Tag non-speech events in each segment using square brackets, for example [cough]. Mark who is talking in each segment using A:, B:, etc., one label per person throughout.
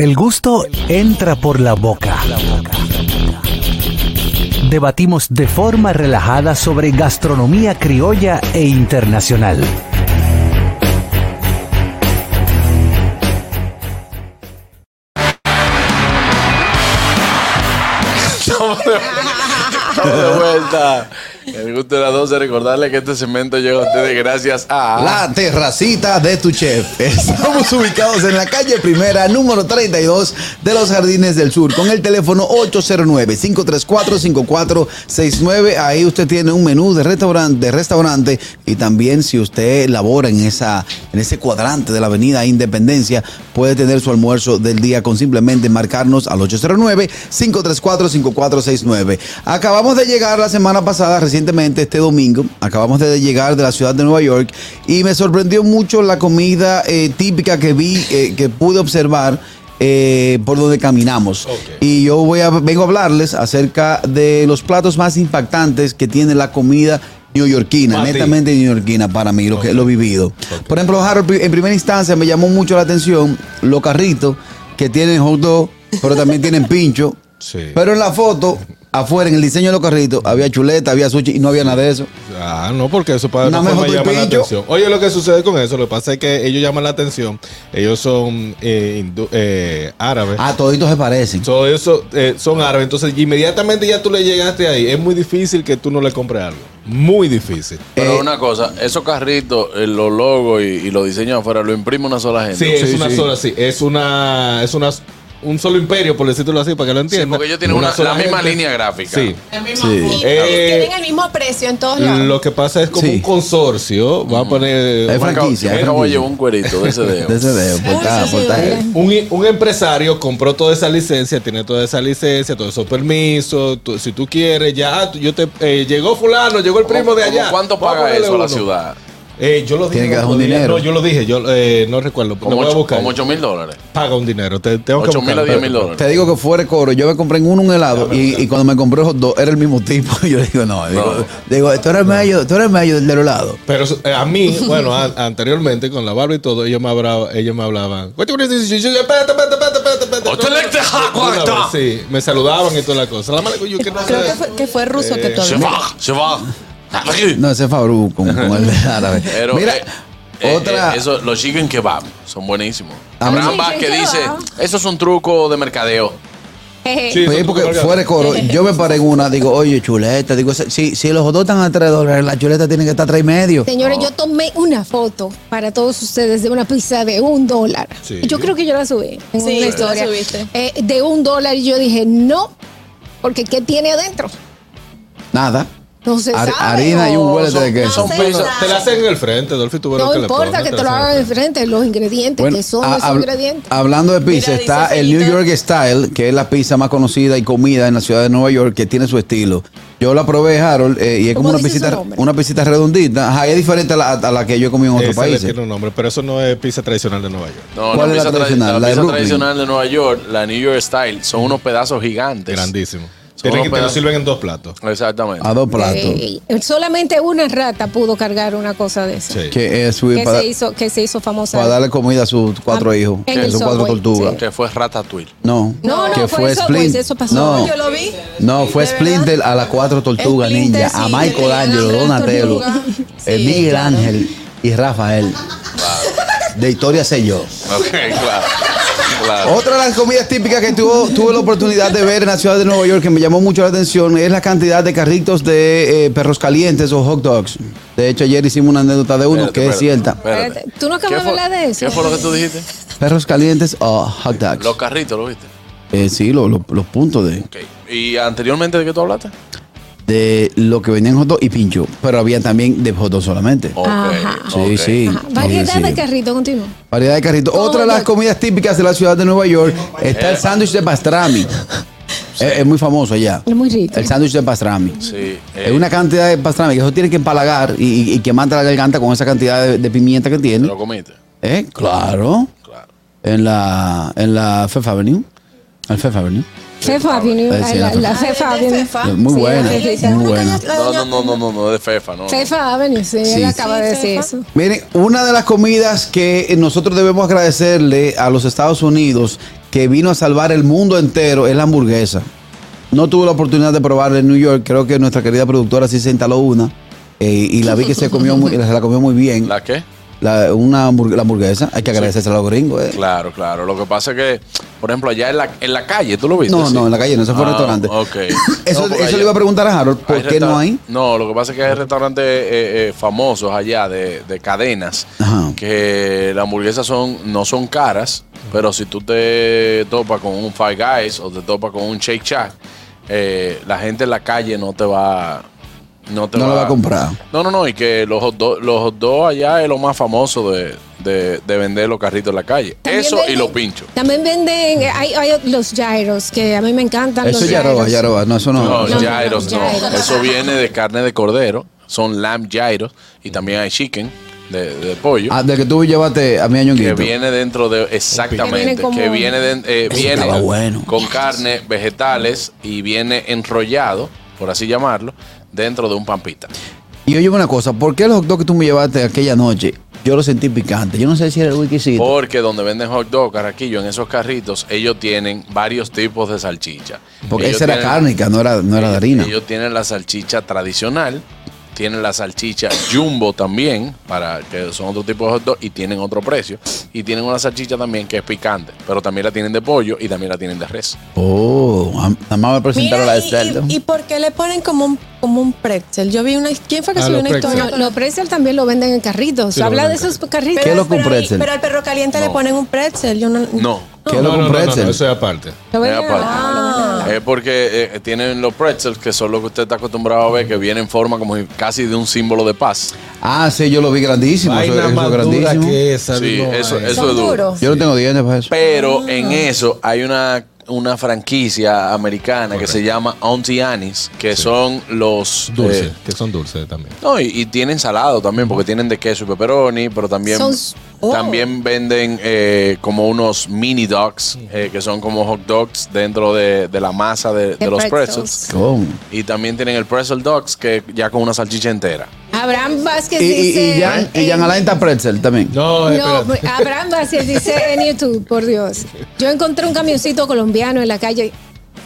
A: El gusto entra por la boca. Debatimos de forma relajada sobre gastronomía criolla e internacional.
B: Estamos de, [laughs] estamos de vuelta. El gusto de las 12. Recordarle que este cemento llega a ustedes gracias a.
C: La terracita de tu chef. [laughs] Estamos ubicados en la calle primera, número 32 de los Jardines del Sur, con el teléfono 809-534-5469. Ahí usted tiene un menú de restaurante, de restaurante y también si usted labora en, esa, en ese cuadrante de la avenida Independencia, puede tener su almuerzo del día con simplemente marcarnos al 809-534-5469. Acabamos de llegar la semana pasada, recientemente, este domingo, acabamos de llegar de la ciudad de Nueva York y me sorprendió mucho la comida eh, típica que vi, eh, que pude observar. eh, por donde caminamos. Y yo voy a, vengo a hablarles acerca de los platos más impactantes que tiene la comida neoyorquina, netamente neoyorquina para mí, lo que lo vivido. Por ejemplo, Harold, pri- en primera instancia me llamó mucho la atención los carritos que tienen hot dog, pero
D: [laughs]
C: también tienen pincho.
E: Sí.
C: Pero en la foto, afuera, en el diseño de los carritos, había chuleta, había sushi y no había nada de eso.
E: Ah, no, porque eso para de
C: Nada
E: alguna
C: mejor tú
E: forma
C: y
E: llama la
C: pillo.
E: atención. Oye, lo que sucede con eso, lo que pasa es que ellos llaman la atención. Ellos son eh, hindú- eh, árabes.
C: Ah, toditos se parecen.
E: So, eso, eh, son árabes. Entonces, inmediatamente ya tú le llegaste ahí. Es muy difícil que tú no le compres algo. Muy difícil.
B: Pero
C: Eh,
B: una cosa, esos carritos, eh, los logos y, y los diseños afuera, lo imprime una sola gente.
E: Sí, es
C: sí,
E: una
C: sí.
E: sola, sí. Es una, es una, un solo imperio, por decirlo así, para que lo
B: Sí,
E: entiendan.
B: porque ellos tienen una-
E: sola
B: la misma
E: gente.
B: línea gráfica.
E: Sí.
C: Sí.
D: Y, y
E: Eh,
D: tienen el mismo precio en todos lados.
E: Lo que pasa es como
C: Sí.
E: un consorcio. Va a poner.
C: Es
E: una-
B: Acabo-
C: franquicia,
B: yo me
C: es
B: acabo de
C: franquicia.
B: llevar un cuerito de
C: [laughs]
B: ese dedo.
C: De ese dedo, por
D: Ah,
C: cada-
D: sí,
C: por
D: sí,
C: cada-
D: verdad.
E: Un, un empresario compró toda esa licencia, tiene toda esa licencia, todos esos permisos. tú- si tú quieres, ya ah, tú- yo te eh, llegó fulano, llegó el
B: ¿Cómo-
E: primo de
B: cómo-
E: allá.
B: ¿Cuánto
E: Vamos
B: paga
E: ponerle
B: eso a la
E: uno.
B: ciudad?
E: Eh, yo lo dije.
C: Tiene que
E: el
C: dar
E: otro
C: un
E: día.
C: dinero.
E: No, yo lo dije, yo eh, no recuerdo.
B: Como
E: lo voy a buscar.
B: 8 mil dólares.
E: Paga un dinero. Te, tengo que
B: 8 mil a
E: buscarlo,
B: 10 mil
E: espérate.
B: dólares.
C: Te digo que fuera de coro. Yo me compré en uno un helado y, y cuando me compré los dos era el mismo tipo. [laughs] Yo le digo, no, digo, digo tú eres medio, tú eres medio del del helado.
E: Pero eso, eh, a
D: [laughs]
E: mí, bueno, a- anteriormente con la barba y todo, ellos me, hablaban, ellos me hablaban. "Oye, espérate, espérate, espérate, espérate, espérate".
B: Oye, le te jaco,
E: Una
B: está.
E: vez, Sí, me saludaban y toda la cosa. La mala que yo que no
D: Creo
E: sé. Eh,
D: que fue, que fue ruso que tú
B: Se
D: hablaste.
B: va, se va. Aquí.
C: No, ese es Fabru con, con
B: [laughs]
C: el de árabe.
B: Pero,
C: Mira,
B: eh, eh,
C: otra.
B: eh, eso, los chicken kebab son buenísimos.
C: Ah,
B: Abraham
D: chicken
B: Vázquez
D: kebab.
B: dice, eso es un truco de mercadeo.
E: Sí.
D: Jeje.
F: Eh,
C: Sí,
E: eso tú
C: Pues, porque
E: cargas.
C: fuera de
F: [laughs]
C: coro, yo me paré en una, digo, oye, chuleta, digo, si, si los dos están a tres dólares, la chuleta tiene que estar a tres y medio.
F: Señores, yo tomé una foto para todos ustedes de una pizza de un dólar.
E: Sí.
F: Yo creo que yo la subí en
D: Sí, tú
F: una
D: la
F: historia.
D: subiste.
F: Eh, de un dólar y yo dije, no, porque ¿qué tiene adentro?
C: Nada.
F: No se
C: Har-
F: sabe.
C: harina y un
F: o-
C: huelete de queso.
D: no
E: Son
D: sé,
E: pesos.
D: ¿sabes?
E: Te la hacen en el frente, Dolphy. Tú verás
F: No
E: que le
F: importa
E: pongan,
F: que te
E: la
F: lo
E: hacen en el
F: hagan
E: frente.
F: enfrente, los ingredientes, que son
C: a-
F: esos
C: hab-
F: ingredientes.
C: Hablando de pizza,
D: Mira,
C: está
D: dice
C: el New
D: Fellito-
C: York Style, que es la pizza más conocida y comida en la ciudad de Nueva York, que tiene su estilo. Yo la probé, Harold, eh, y es como
F: ¿Cómo
C: una
F: dice su
C: pisita,
F: nombre?
C: una pisita redondita. Ajá, es diferente a la, a la que yo comí en otros
E: Esa le
C: países.
E: tiene un nombre, pero eso no es pizza tradicional de Nueva York.
B: No,
C: ¿Cuál es la
B: pizza tra-
C: tradicional? La de
B: pizza
C: Brooklyn.
B: tradicional de Nueva York, la New York Style, son unos pedazos gigantes.
E: Grandísimo.
B: Son
E: Tienen
B: unos
E: que te lo
B: pedazos-
E: sirven en dos platos.
B: Exactamente.
C: A dos platos.
F: Eh, solamente una rata pudo cargar una cosa de esa.
E: Sí.
C: Que es
F: Que,
C: para,
F: se hizo, que se hizo famosa.
C: para darle comida a sus cuatro
F: Ah,
C: hijos,
F: en
C: a
F: el
C: sus cuatro
F: Subway,
C: tortugas.
F: sí.
B: Que fue Ratatouille.
C: No,
F: No, no,
C: que
F: fue
C: fue
F: eso,
C: Splint.
F: pues, eso pasó.
C: No,
F: No,
D: Yo lo vi.
C: no, fue
D: ¿De
C: Splinter a las cuatro tortugas
D: Splinter,
C: ninja, a
D: sí, que
C: Michael
D: le ganan
C: Angelo,
D: a las
C: Donatello,
D: tortugas.
C: eh,
D: Sí,
C: Miguel
D: claro.
C: Ángel y Rafael. De historia sé yo.
B: Ok, claro. claro.
C: Otra de las comidas típicas que tuvo- tuve la oportunidad de ver en la ciudad de Nueva York que me llamó mucho la atención es la cantidad de carritos de eh, perros calientes o hot dogs. De hecho, ayer hicimos una anécdota de uno
B: Espérate,
C: que es
B: espérate,
C: cierta.
B: espérate.
F: Tú no acabas
B: ¿Qué
F: de
B: fue-
F: hablar de eso.
B: ¿Qué fue lo que tú dijiste?
C: Perros calientes o hot dogs.
B: Los carritos, ¿lo viste?
C: Eh, sí, lo- lo- los puntos de,
B: Ok. ¿Y anteriormente de qué tú hablaste?
C: de lo que venían hot dogs y pincho. Pero había también de hot dogs solamente.
B: Ok,
F: Ajá.
C: Sí,
B: ok.
C: sí.
F: Ajá, variedad
C: Sí, sí.
F: de carrito, continúa.
C: Variedad de carritos. Otra de las comidas típicas de la ciudad de Nueva York está el sándwich de pastrami. Es, es muy famoso allá.
F: Es muy rico.
C: El sándwich de pastrami.
B: Sí, eh.
C: Es una cantidad de pastrami que eso tiene que empalagar y, y, y quemarte la garganta con esa cantidad de, de pimienta que
B: ¿Te
C: tiene.
B: lo comiste?
C: ¿Eh? Claro.
B: Claro.
C: En la, en la Fifth Avenue. En Fifth Avenue.
F: Fef Avenue,
C: Eh, sí,
F: la,
C: la
F: la
D: Fefa.
F: Fefa
D: Ah, de
F: Avenue.
D: Fefa.
C: Muy
F: Sí,
C: buena,
F: la Fefa.
C: muy buena.
B: No, no, no, no, no, no, de Fefa, no. no.
F: Fefa Avenue, sí,
C: Sí.
F: él acaba
D: Sí,
F: de decir
D: Fefa.
F: eso.
C: Miren, una de las comidas que nosotros debemos agradecerle a los Estados Unidos que vino a salvar el mundo entero es la hamburguesa. No tuve la oportunidad de probarla en New York. Creo que nuestra querida productora sí se instaló una. eh, y la vi que se, comió muy- se la comió muy bien.
B: ¿La qué?
C: La, una hamburg- la hamburguesa. Hay que agradecerse a los gringos. eh.
B: Claro, claro. Lo que pasa es que, por ejemplo, allá en la, en la calle, ¿tú lo viste?
C: No,
B: Sí.
C: no, en la calle no, eso fue
B: Ah,
C: restaurante.
B: Ok.
C: Eso,
B: No, porque
C: eso
B: allá-
C: le iba a preguntar a Harold, ¿por
B: hay
C: qué no
B: restauran-
C: hay?
B: No, lo que pasa es que hay restaurantes eh, eh, famosos allá de, de cadenas
C: Ajá.
B: que las hamburguesas son, no son caras, pero si tú te topas con un Five Guys o te topas con un Shake Shack, eh, la gente en la calle no te va... No, te
C: No lo va a comprar.
B: No, no, no, y que los hot dog, los hot dog allá es lo más famoso de, de- de vender los carritos en la calle.
F: También
B: Eso y
F: venden-
B: los pinchos.
F: También venden, eh, hay, hay los gyros, que a mí me encantan
C: Eso
F: los
C: ya
F: gyros.
C: roba, ya roba. No, eso no.
B: No,
F: no,
B: gyros
F: no,
B: no.
F: gyros.
B: Eso viene de carne de cordero. Son lamb gyros. Y también hay chicken de, de pollo.
C: Ah, de que tú llevaste a mi año
B: que viene dentro de. Exactamente.
F: Que viene como-
B: Que viene, de- eh,
C: Eso
B: viene
C: estaba bueno.
B: con carne, vegetales y viene enrollado, por así llamarlo, dentro de un pampita.
C: Y oye una cosa, ¿por qué los hot dogs que tú me llevaste aquella noche? Yo lo sentí picante. Yo no sé si era el wikisito.
B: Porque donde venden hot dog, carraquillo, en esos carritos, ellos tienen varios tipos de salchicha.
C: porque
B: Oh, Ellos
C: esa era
B: tienen-
C: cárnica, no era, no era de harina.
B: Ellos tienen la salchicha tradicional, tienen la salchicha jumbo también, para que son otro tipo de hot dog y tienen otro precio. Y tienen una salchicha también que es picante, pero también la tienen de pollo y también la tienen de res.
C: Oh, am- nada más me presentaron
D: Mira,
C: la de
D: y-
C: cerdo.
D: y, y por qué le ponen como un, como un pretzel? Yo vi una. ¿Quién fue que
E: Ah,
D: subió
E: los
D: una
E: pretzels.
D: historia?
F: No, los pretzel también lo venden en carritos.
E: Sí, lo
F: Habla de
E: venden en
F: esos carritos.
C: ¿Qué es lo que un
D: pero, ahí-
C: pretzel?
D: pero al perro caliente le
B: No.
D: ponen un pretzel. Yo no.
B: No.
C: ¿Qué es lo
E: No,
C: con
E: no, no, no,
C: pretzel?
E: no, eso es aparte.
F: Lo
B: Es
F: venden en-
B: aparte.
D: Ah.
B: Es porque eh, tienen los pretzels, que son los que usted está acostumbrado a ver, que vienen en forma como si- casi de un símbolo de paz.
C: Ah, sí, yo lo vi grandísimo. Eso,
E: Vaina
C: eso
E: más
C: es
E: dura
C: grandísimo.
E: que esa,
B: Sí,
E: no eh.
B: eso-
E: hay.
B: eso-
F: Son
B: es duro.
F: duros.
C: Yo no tengo dientes para eso.
B: Pero en eso hay una, una franquicia americana que se llama Auntie Annie's, que son los...
E: Dulce,
B: eh,
E: que son dulces también.
B: No, y, y tienen salado también, porque tienen de queso y pepperoni, pero también,
F: Son s-
D: oh.
B: también venden eh, como unos mini dogs, eh, que son como hot dogs dentro de, de la masa de, de
F: De
B: los
F: pretzels.
B: pretzels.
C: Con-
B: Y también tienen el pretzel dogs, que ya con una salchicha entera.
F: Abraham Vázquez
C: Y, y,
F: dice. eh,
C: y Jan, y
F: en-
C: Jan Alain está pretzel también.
E: No,
F: No,
E: espérate.
F: Abraham Vázquez dice en YouTube, por Dios. Yo encontré un camioncito colombiano en la calle.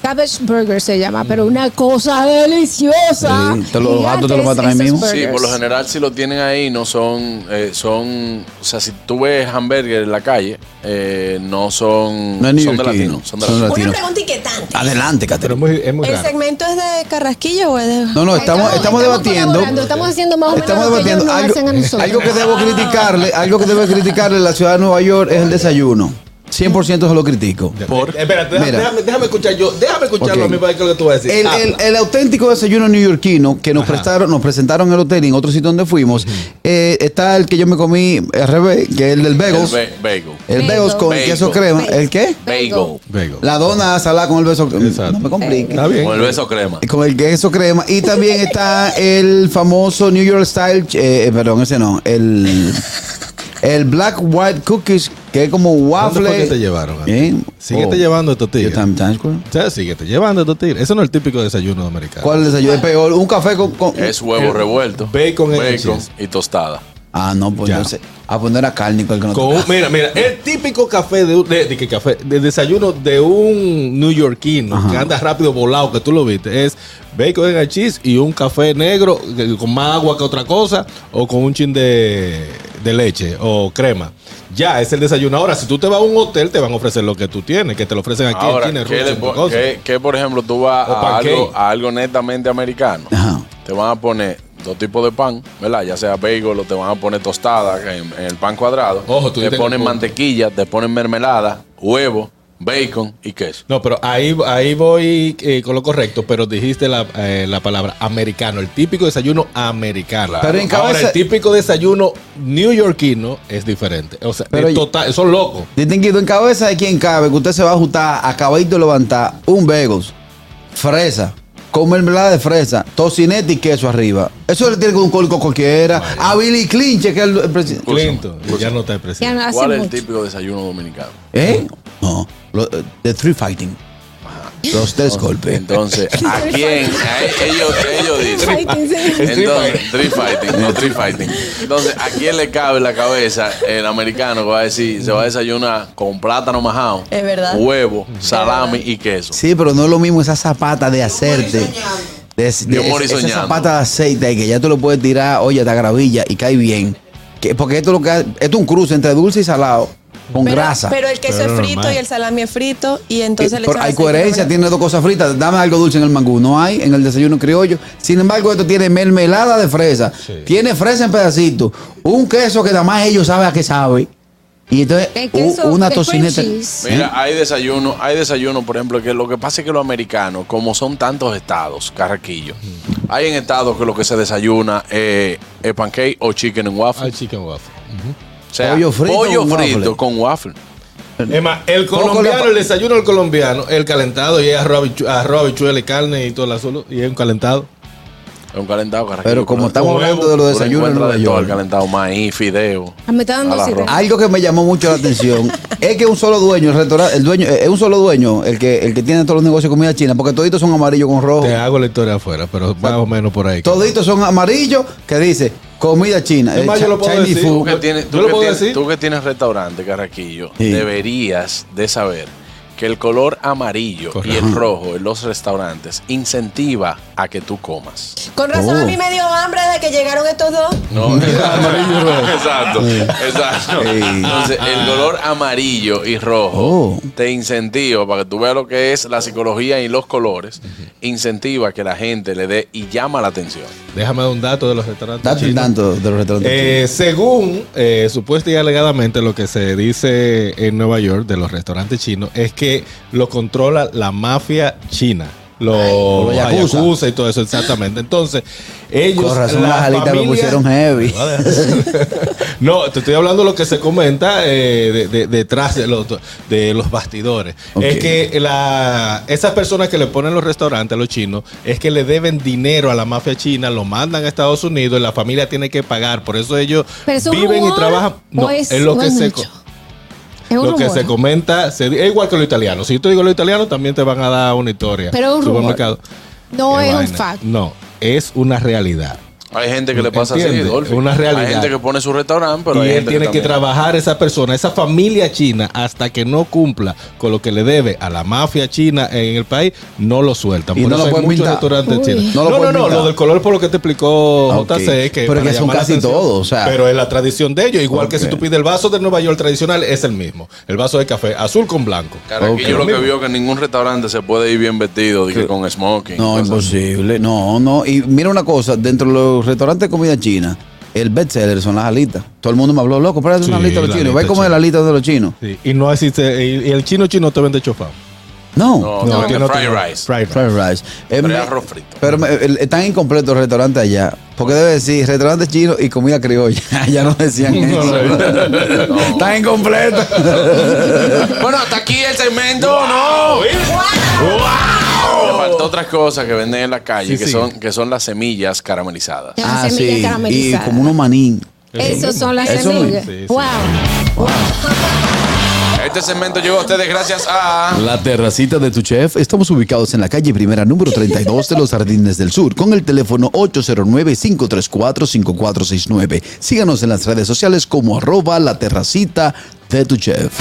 F: Cabbage Burger se llama, pero una cosa deliciosa.
C: Sí, te lo- los gatos te lo
F: Gigantes
C: matan ahí
F: esos
C: mismo.
B: Sí,
F: burgers.
B: por lo general si lo tienen ahí no son, eh, son, o sea, si tú ves hamburger en la calle, eh, no son,
C: No es
B: son de
C: neoyorquino,
B: latino, son de
C: son
B: latino.
D: Una
C: latino.
D: pregunta
C: Ah,
D: inquietante.
C: Adelante,
E: Pero
C: Catero.
E: es muy, es muy
D: ¿El
E: raro.
D: segmento es de Carrasquillo o es de.?
C: No, no, estamos, estamos, debatiendo.
F: colaborando, Estamos haciendo más o menos
C: Estamos
F: lo que
C: debatiendo.
F: ellos nos
C: Algo,
F: hacen a nosotros.
C: algo que debo criticarle, algo que debo criticarle a la ciudad de Nueva York es el desayuno. 100% se lo critico.
E: Eh, Espérate, deja-
C: Mira.
E: déjame, déjame escuchar yo. Déjame escucharlo
C: Ok.
E: a mí para ver qué es lo que tú vas a decir.
C: El,
E: Ah,
C: el- el auténtico desayuno neoyorquino que nos prestaron, nos presentaron en el hotel y en otro sitio donde fuimos, eh, está el que yo me comí al revés, que es el del
B: El
C: Bagels. El,
B: ba- bagel.
C: Bagels con
B: Bagel.
C: queso crema. ¿El qué?
B: Bagel.
E: Vego.
C: La dona salada con el beso crema.
E: Exacto.
C: No me complique.
E: Está bien.
B: Con el beso crema.
C: Con el queso crema. Y también está el famoso New York Style, eh, eh, perdón, ese no, el, el Black White Cookies, que es como
E: ¿Dónde
C: waffle.
E: fue que te llevaron? Andy?
C: ¿Eh?
E: Síguete
C: Oh.
E: llevando estos
C: Yo
E: tigres.
C: estaba en Times Square.
E: O sea, síguete llevando estos tigres. Eso no es el típico desayuno americano.
C: ¿Cuál desayuno es peor? Un café con. con-
B: Es huevo revuelto.
E: bacon and cheese.
B: y tostada.
C: Ah, no, pues
E: Ya.
C: entonces. A poner a carne con el que no
E: Con un-
C: toca.
E: mira, mira, el típico café de, un- de, de- que café de desayuno de un neoyorquino que anda rápido volado, que tú lo viste, es bacon and cheese y un café negro eh, con más agua que otra cosa o con un chin de, de leche o crema. Ya, es el desayuno. Ahora, si tú te vas a un hotel, te van a ofrecer lo que tú tienes, que te lo ofrecen aquí
B: Ahora,
E: en China, en
B: ¿qué,
E: Rusia,
B: le
E: en
B: po-
E: tu cosa.
B: qué- qué, por ejemplo tú vas
E: O
B: a algo,
E: pancake.
B: a algo netamente americano?
C: Ajá.
B: Te van a poner dos tipos de pan, ¿verdad? Ya sea bagel o te van a poner tostada en, en el pan cuadrado.
E: Ojo,
B: te
E: tú diste en el
B: ponen
E: punto.
B: mantequilla, te ponen mermelada, huevo, bacon y queso.
E: No, pero ahí, ahí voy eh, con lo correcto, pero dijiste la, eh, la palabra americano, el típico desayuno americano.
C: Pero en
E: Ahora,
C: cabeza-
E: el típico desayuno neoyorquino es diferente. O sea,
C: Pero
E: es
C: yo-
E: total, son locos.
C: Distinguido, en cabeza de quien cabe, que usted se va a ajustar, acabadito de levantar, un bagels, fresa, con mermelada de fresa, tocineta y queso arriba. Eso le tiene que un colco cualquiera. A Billy Clinch, que es el, presidente.
E: Clinton, ya no está el
F: Ya
E: presidente.
F: no hace
B: ¿Cuál es el
F: mucho.
B: típico desayuno dominicano?
C: ¿Eh? No. Lo- eh, the Three Fighting. Los tres golpes.
B: Entonces, ¿a
F: [laughs]
B: quién? A e- ellos, ellos dicen.
F: Fighting, sí.
B: Entonces, street fighting, no street fighting. Entonces, ¿a quién le cabe en la cabeza el americano que va a decir, se va a desayunar con plátano majado,
D: Es verdad.
B: huevo, salami y queso?
C: Sí, pero no es lo mismo esa zapata de hacerte. De, de-
B: Yo morí
C: esa
B: soñando.
C: zapata de aceite ahí que ya tú lo puedes tirar, oye, hasta gravilla y cae bien. Que- porque esto, es lo que, ha- esto es un cruce entre dulce y salado, con
D: pero,
C: grasa. Eh,
D: Pero el queso
E: Pero
D: es
E: normal.
D: frito y el salami es frito y entonces le
C: Pero
D: echas
C: hay
D: aceite,
C: coherencia,
D: ¿no?
C: tiene dos cosas fritas. Dame algo dulce en el mangú. No hay en el desayuno criollo. Sin embargo, esto tiene mermelada de fresa. Tiene fresa en pedacitos. Un queso que nada más ellos saben a qué sabe. Y entonces,
F: El
C: u-
F: queso,
C: una
F: el cream
C: tocineta. ¿Eh?
F: cheese.
B: Mira, hay desayuno, hay desayuno, por ejemplo, que lo que pasa es que los americanos, como son tantos estados, Carraquillo, hay en estados que lo que se desayuna eh, es pancake o chicken and waffle.
E: Al chicken waffle.
B: O sea,
C: pollo
B: pollo
C: frito
B: frito,
C: con waffle.
B: con waffle.
E: Es más, el
C: Poco
E: colombiano,
C: la-
E: el desayuno del colombiano, el calentado y es arroz, habichu- arroz, habichuela y carne y todo el azul. Y es un calentado.
B: Es un calentado carraquillo.
C: Pero como estamos
E: huevo,
C: hablando
B: Tú
C: de los
B: lo
C: desayunos en
B: encuentras
C: Nueva
B: de todo, el
C: York,
B: calentado, maíz, fideo.
F: Ah, me está dando
B: al
F: sida.
B: arroz.
C: algo que me llamó mucho la atención es que un solo dueño, el restaurante, el dueño, eh, es un solo dueño el que, el que tiene todos los negocios de comida china, porque toditos son amarillos con rojo.
E: Te hago la historia afuera, pero más o menos por ahí.
C: Toditos son amarillos que dice comida china.
E: Es
C: eh,
E: más, yo
C: chi-
E: lo puedo
C: Chinese
E: decir.
C: food.
B: Tú que tienes, tú
E: Yo lo
B: que
E: puedo
B: tienes-
E: decir.
B: tú que tienes restaurante, Carraquillo,
C: Sí.
B: deberías de saber que el color amarillo y
E: Correcto.
B: el rojo en los restaurantes incentiva a que tú comas.
D: Con razón
C: Oh.
D: a mí me dio hambre de que llegaron estos dos.
E: [laughs]
B: No, [laughs] exacto, exacto.
C: Sí.
B: Entonces, el color amarillo y rojo
C: Oh.
B: te incentiva para que tú veas lo que es la psicología y los colores, incentiva que la gente le dé y llama la atención.
E: Déjame dar un dato de los restaurantes.
C: Dato y
E: chinos.
C: tanto de los restaurantes chinos.
E: Eh, según eh, supuesta y alegadamente lo que se dice en Nueva York de los restaurantes chinos es que lo controla la mafia china. Los
C: los yakuza.
E: yakuza y todo eso, exactamente. Entonces, ellos.
C: Con razón
E: la
C: las alitas me
E: familia-
C: pusieron
E: [laughs]
C: heavy.
E: No, te estoy hablando de lo que se comenta eh, de- de- detrás de los, de los bastidores.
C: Ok.
E: Es que la- esas personas que le ponen los restaurantes a los chinos es que le deben dinero a la mafia china, lo mandan a Estados Unidos y la familia tiene que pagar. Por eso ellos
F: ¿Pero es un
E: viven y
F: rumor
E: trabajan.
F: o
E: No,
F: es
E: es lo
F: un
E: que se.
F: hecho?
E: co-
F: Es un
E: lo que
F: rumor.
E: se comenta se di- es igual que lo italiano. Si yo te digo lo italiano, también te van a dar una historia.
F: Pero es un rumor.
E: Supermercado.
F: No
E: Qué
F: es un
E: vaina.
F: fact.
E: No, es una realidad.
B: Hay gente que le pasa así,
E: Entiende,
B: Dolphy.
E: una realidad.
B: Hay gente que pone su restaurante, pero hay
E: y él
B: gente
E: tiene que,
B: también-
E: trabajar esa persona, esa familia china, hasta que no cumpla con lo que le debe a la mafia china en el país, no lo sueltan.
C: Y
E: Por
C: no
E: eso
C: lo
E: hay
C: pueden
E: muchos
C: pintar.
E: restaurantes
F: Uy.
C: No
E: chinos. No,
C: lo
E: no, no,
C: pueden pintar.
E: lo del color por lo que te explicó
C: Ah,
E: JC.
C: ok.
E: Que
C: Pero
E: para
C: que son
E: llamar la
C: casi
E: atención,
C: todos, o sea.
E: Pero es la tradición de ellos, igual que
C: Ok.
E: si tú pides el vaso de Nueva York tradicional, es el mismo. El vaso de café, azul con blanco.
B: Carraquillo
C: Ok.
B: lo que vio que en ningún restaurante se puede ir bien vestido, dije, con smoking.
C: No,
B: cosas así.
C: imposible. No, no. Y mira una cosa, dentro de los restaurantes de comida china, el best seller son las alitas. Todo el mundo me habló, loco, espérate una
E: Sí,
C: alita de los
E: la
C: chinos. Ve
E: alita
C: cómo es la
E: china.
C: alita de los chinos.
E: Sí, Y no existe, y, y el chino chino te vende chofán.
C: No.
B: No,
E: No,
B: no,
E: que no
B: fried
E: tiene-
B: rice.
E: fried rice.
C: Fried rice. Eh,
B: Pero
C: me-
B: arroz frito.
C: Pero me- el- están incompletos los restaurantes allá. Porque debe decir restaurantes chinos y comida criolla. [laughs] Allá no decían
E: No,
C: eso.
B: no.
C: Están incompletos.
B: Bueno, hasta aquí el segmento, no. Me faltó otras cosas que venden en la calle,
E: Sí,
B: que,
E: sí.
B: Son, que son las semillas caramelizadas.
F: Las semillas
C: Ah, Y
F: caramelizadas.
C: como unos maní.
F: Esos son las
C: Eso mismo.
F: semillas.
E: Sí, sí.
F: Wow.
B: Este segmento llegó a ustedes gracias a...
C: La terracita de tu chef. Estamos ubicados en la calle primera número 32 de los Jardines del Sur con el teléfono 809-534-5469. Síganos en las redes sociales como arroba la terracita de tu chef.